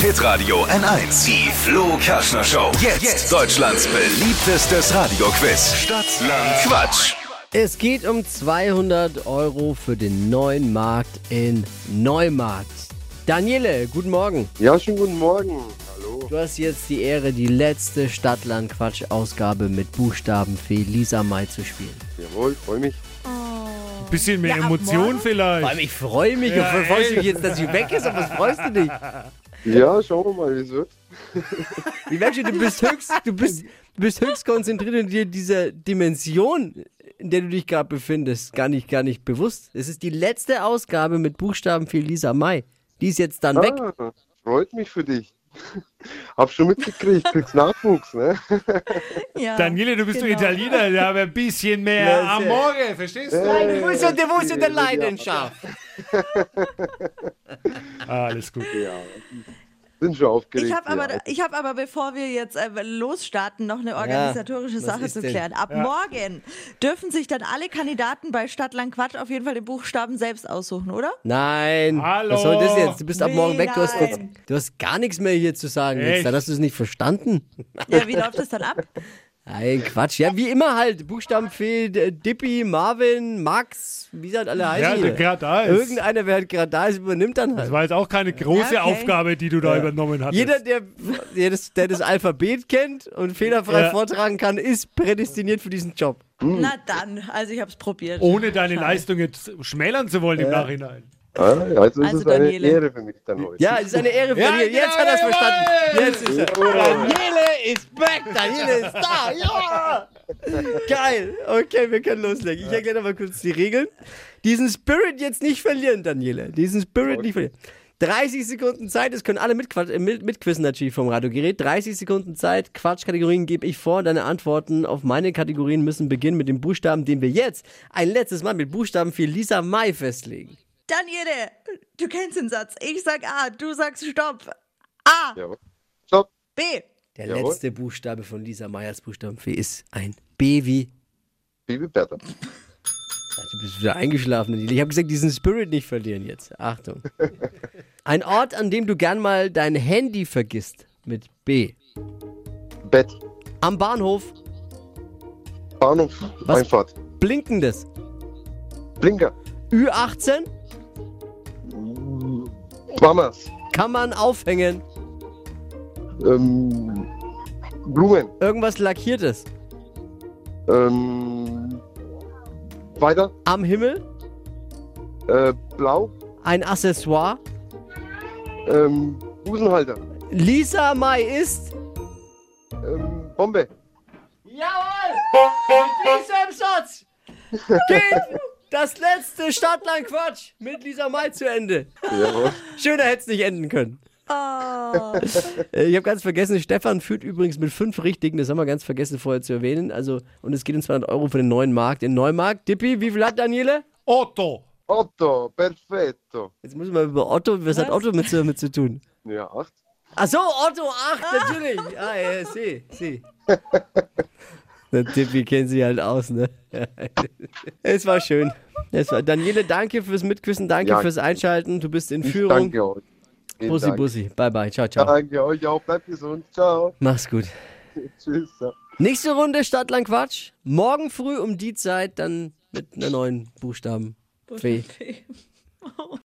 Hitradio N1. Die Flo Kaschner Show. Jetzt, Deutschlands beliebtestes Radioquiz. Stadt, Land, Quatsch. Es geht um 200 Euro für den neuen Markt in Neumarkt. Daniele, guten Morgen. Ja, schönen guten Morgen. Hallo. Du hast jetzt die Ehre, die letzte Stadtland-Quatsch-Ausgabe mit Buchstabenfee Lisa Mai zu spielen. Jawohl, freue mich. Bisschen mehr Emotion vielleicht. Vor allem, ich freue mich. Ja, und freust du ey. dich jetzt, dass sie weg ist? Aber was freust du dich? Ja, schauen wir mal, wie es wird. Ich merke schon, du bist höchst, du bist, du bist höchst konzentriert in dir dieser Dimension, in der du dich gerade befindest, gar nicht, gar nicht bewusst. Es ist die letzte Ausgabe mit Buchstaben für Lisa Mai. Die ist jetzt dann weg. Ah, freut mich für dich. Hab schon mitgekriegt, kriegst Nachwuchs, ne? Ja, Daniele, du bist genau. doch Italiener, da haben wir ein bisschen mehr Ja, sehr. Amore, verstehst du? Wo ist denn, wo ist denn der Äh, Leidenschaft? Ah, alles gut. Ja, sind schon aufgeregt. Ich habe ja. aber, ich hab aber, bevor wir jetzt äh, losstarten, noch eine organisatorische was Sache ist zu denn? klären. Ab morgen dürfen sich dann alle Kandidaten bei Stadtland Quatsch auf jeden Fall den Buchstaben selbst aussuchen, oder? Nein. Hallo. Was soll das jetzt? Du bist ab morgen weg. Du hast, jetzt, Nein. du hast gar nichts mehr hier zu sagen. Jetzt. Echt? Dann hast du es nicht verstanden. Ja, wie läuft das dann ab? Nein, Quatsch. Ja, wie immer halt. Buchstaben fehlt. äh, Dippy, Marvin, Max, wie sie halt alle Ja, heißen. der gerade da ist. Irgendeiner, wer halt gerade da ist, übernimmt dann halt. Das war jetzt auch keine große Ja, okay. Aufgabe, die du da übernommen hattest. Jeder, der, der, das, der das Alphabet kennt und fehlerfrei Ja. vortragen kann, ist prädestiniert für diesen Job. Na dann, also ich habe es probiert. ohne deine Leistung jetzt schmälern zu wollen im Nachhinein. Ah, also ist Also, es eine Daniele. Ehre für mich dann heute. Ja, es ist eine Ehre für Ja, dir. Jetzt genau, hat er es jawohl! verstanden. Jetzt ist er. Jawohl. Daniele ist back. Daniele ist da. Ja. Geil. Okay, wir können loslegen. Ich erkläre noch mal kurz die Regeln. Diesen Spirit jetzt nicht verlieren, Daniele. Diesen Spirit nicht verlieren. 30 Sekunden Zeit, das können alle mitquat- äh, mit, mitquizen natürlich vom Radiogerät. 30 Sekunden Zeit, Quatschkategorien gebe ich vor. Deine Antworten auf meine Kategorien müssen beginnen mit dem Buchstaben, den wir jetzt ein letztes Mal mit Buchstaben für Lisa Mai festlegen. Daniele, du kennst den Satz. Ich sag A, du sagst Stopp. A, Jawohl. Stopp. B. Der Jawohl. letzte Buchstabe von Lisa Meyers Buchstabenfee ist ein B wie. Baby Bertha. Ach, du bist wieder eingeschlafen. Lili. Ich habe gesagt, diesen Spirit nicht verlieren jetzt. Achtung. Ein Ort, an dem du gern mal dein Handy vergisst. Mit B. Bett. Am Bahnhof. Bahnhof. Was? Einfahrt. Blinkendes. Blinker. Ü18 Mamas. kann man aufhängen. Ähm, Blumen. Irgendwas Lackiertes. Ähm, weiter. Am Himmel. Äh, blau. Ein Accessoire. Ähm, Busenhalter. Lisa Mai ist. Ähm, Bombe. Jawohl! Mit diesem Satz geht das letzte Stadtlandquatsch mit Lisa Mai zu Ende. Jawohl. Schöner hätte es nicht enden können. Oh. Äh, Ich habe ganz vergessen, Stefan führt übrigens mit fünf Richtigen, das haben wir ganz vergessen vorher zu erwähnen. Also, und es geht um 200 Euro für den neuen Markt in Neumarkt. Dippi, wie viel hat Daniele? Otto. Otto, perfetto. Jetzt müssen wir über Otto, was, hat Otto mit, damit zu tun? Ja, acht. Ach so, Otto 8, natürlich. Ah, ja, sie, sie. Der Tippi kennt sie halt aus, ne? es war schön. Es war, Daniele, danke fürs Mitküssen, danke Ja. fürs Einschalten. Du bist in Ich Führung. Danke euch. Vielen Bussi, Dank. Bussi. Bye, bye. Ciao, ciao. Danke euch auch. Bleibt gesund. Ciao. Mach's gut. Tschüss. Ja. Nächste Runde Stadtland Quatsch. Morgen früh um die Zeit dann mit einer neuen Buchstaben. Fee.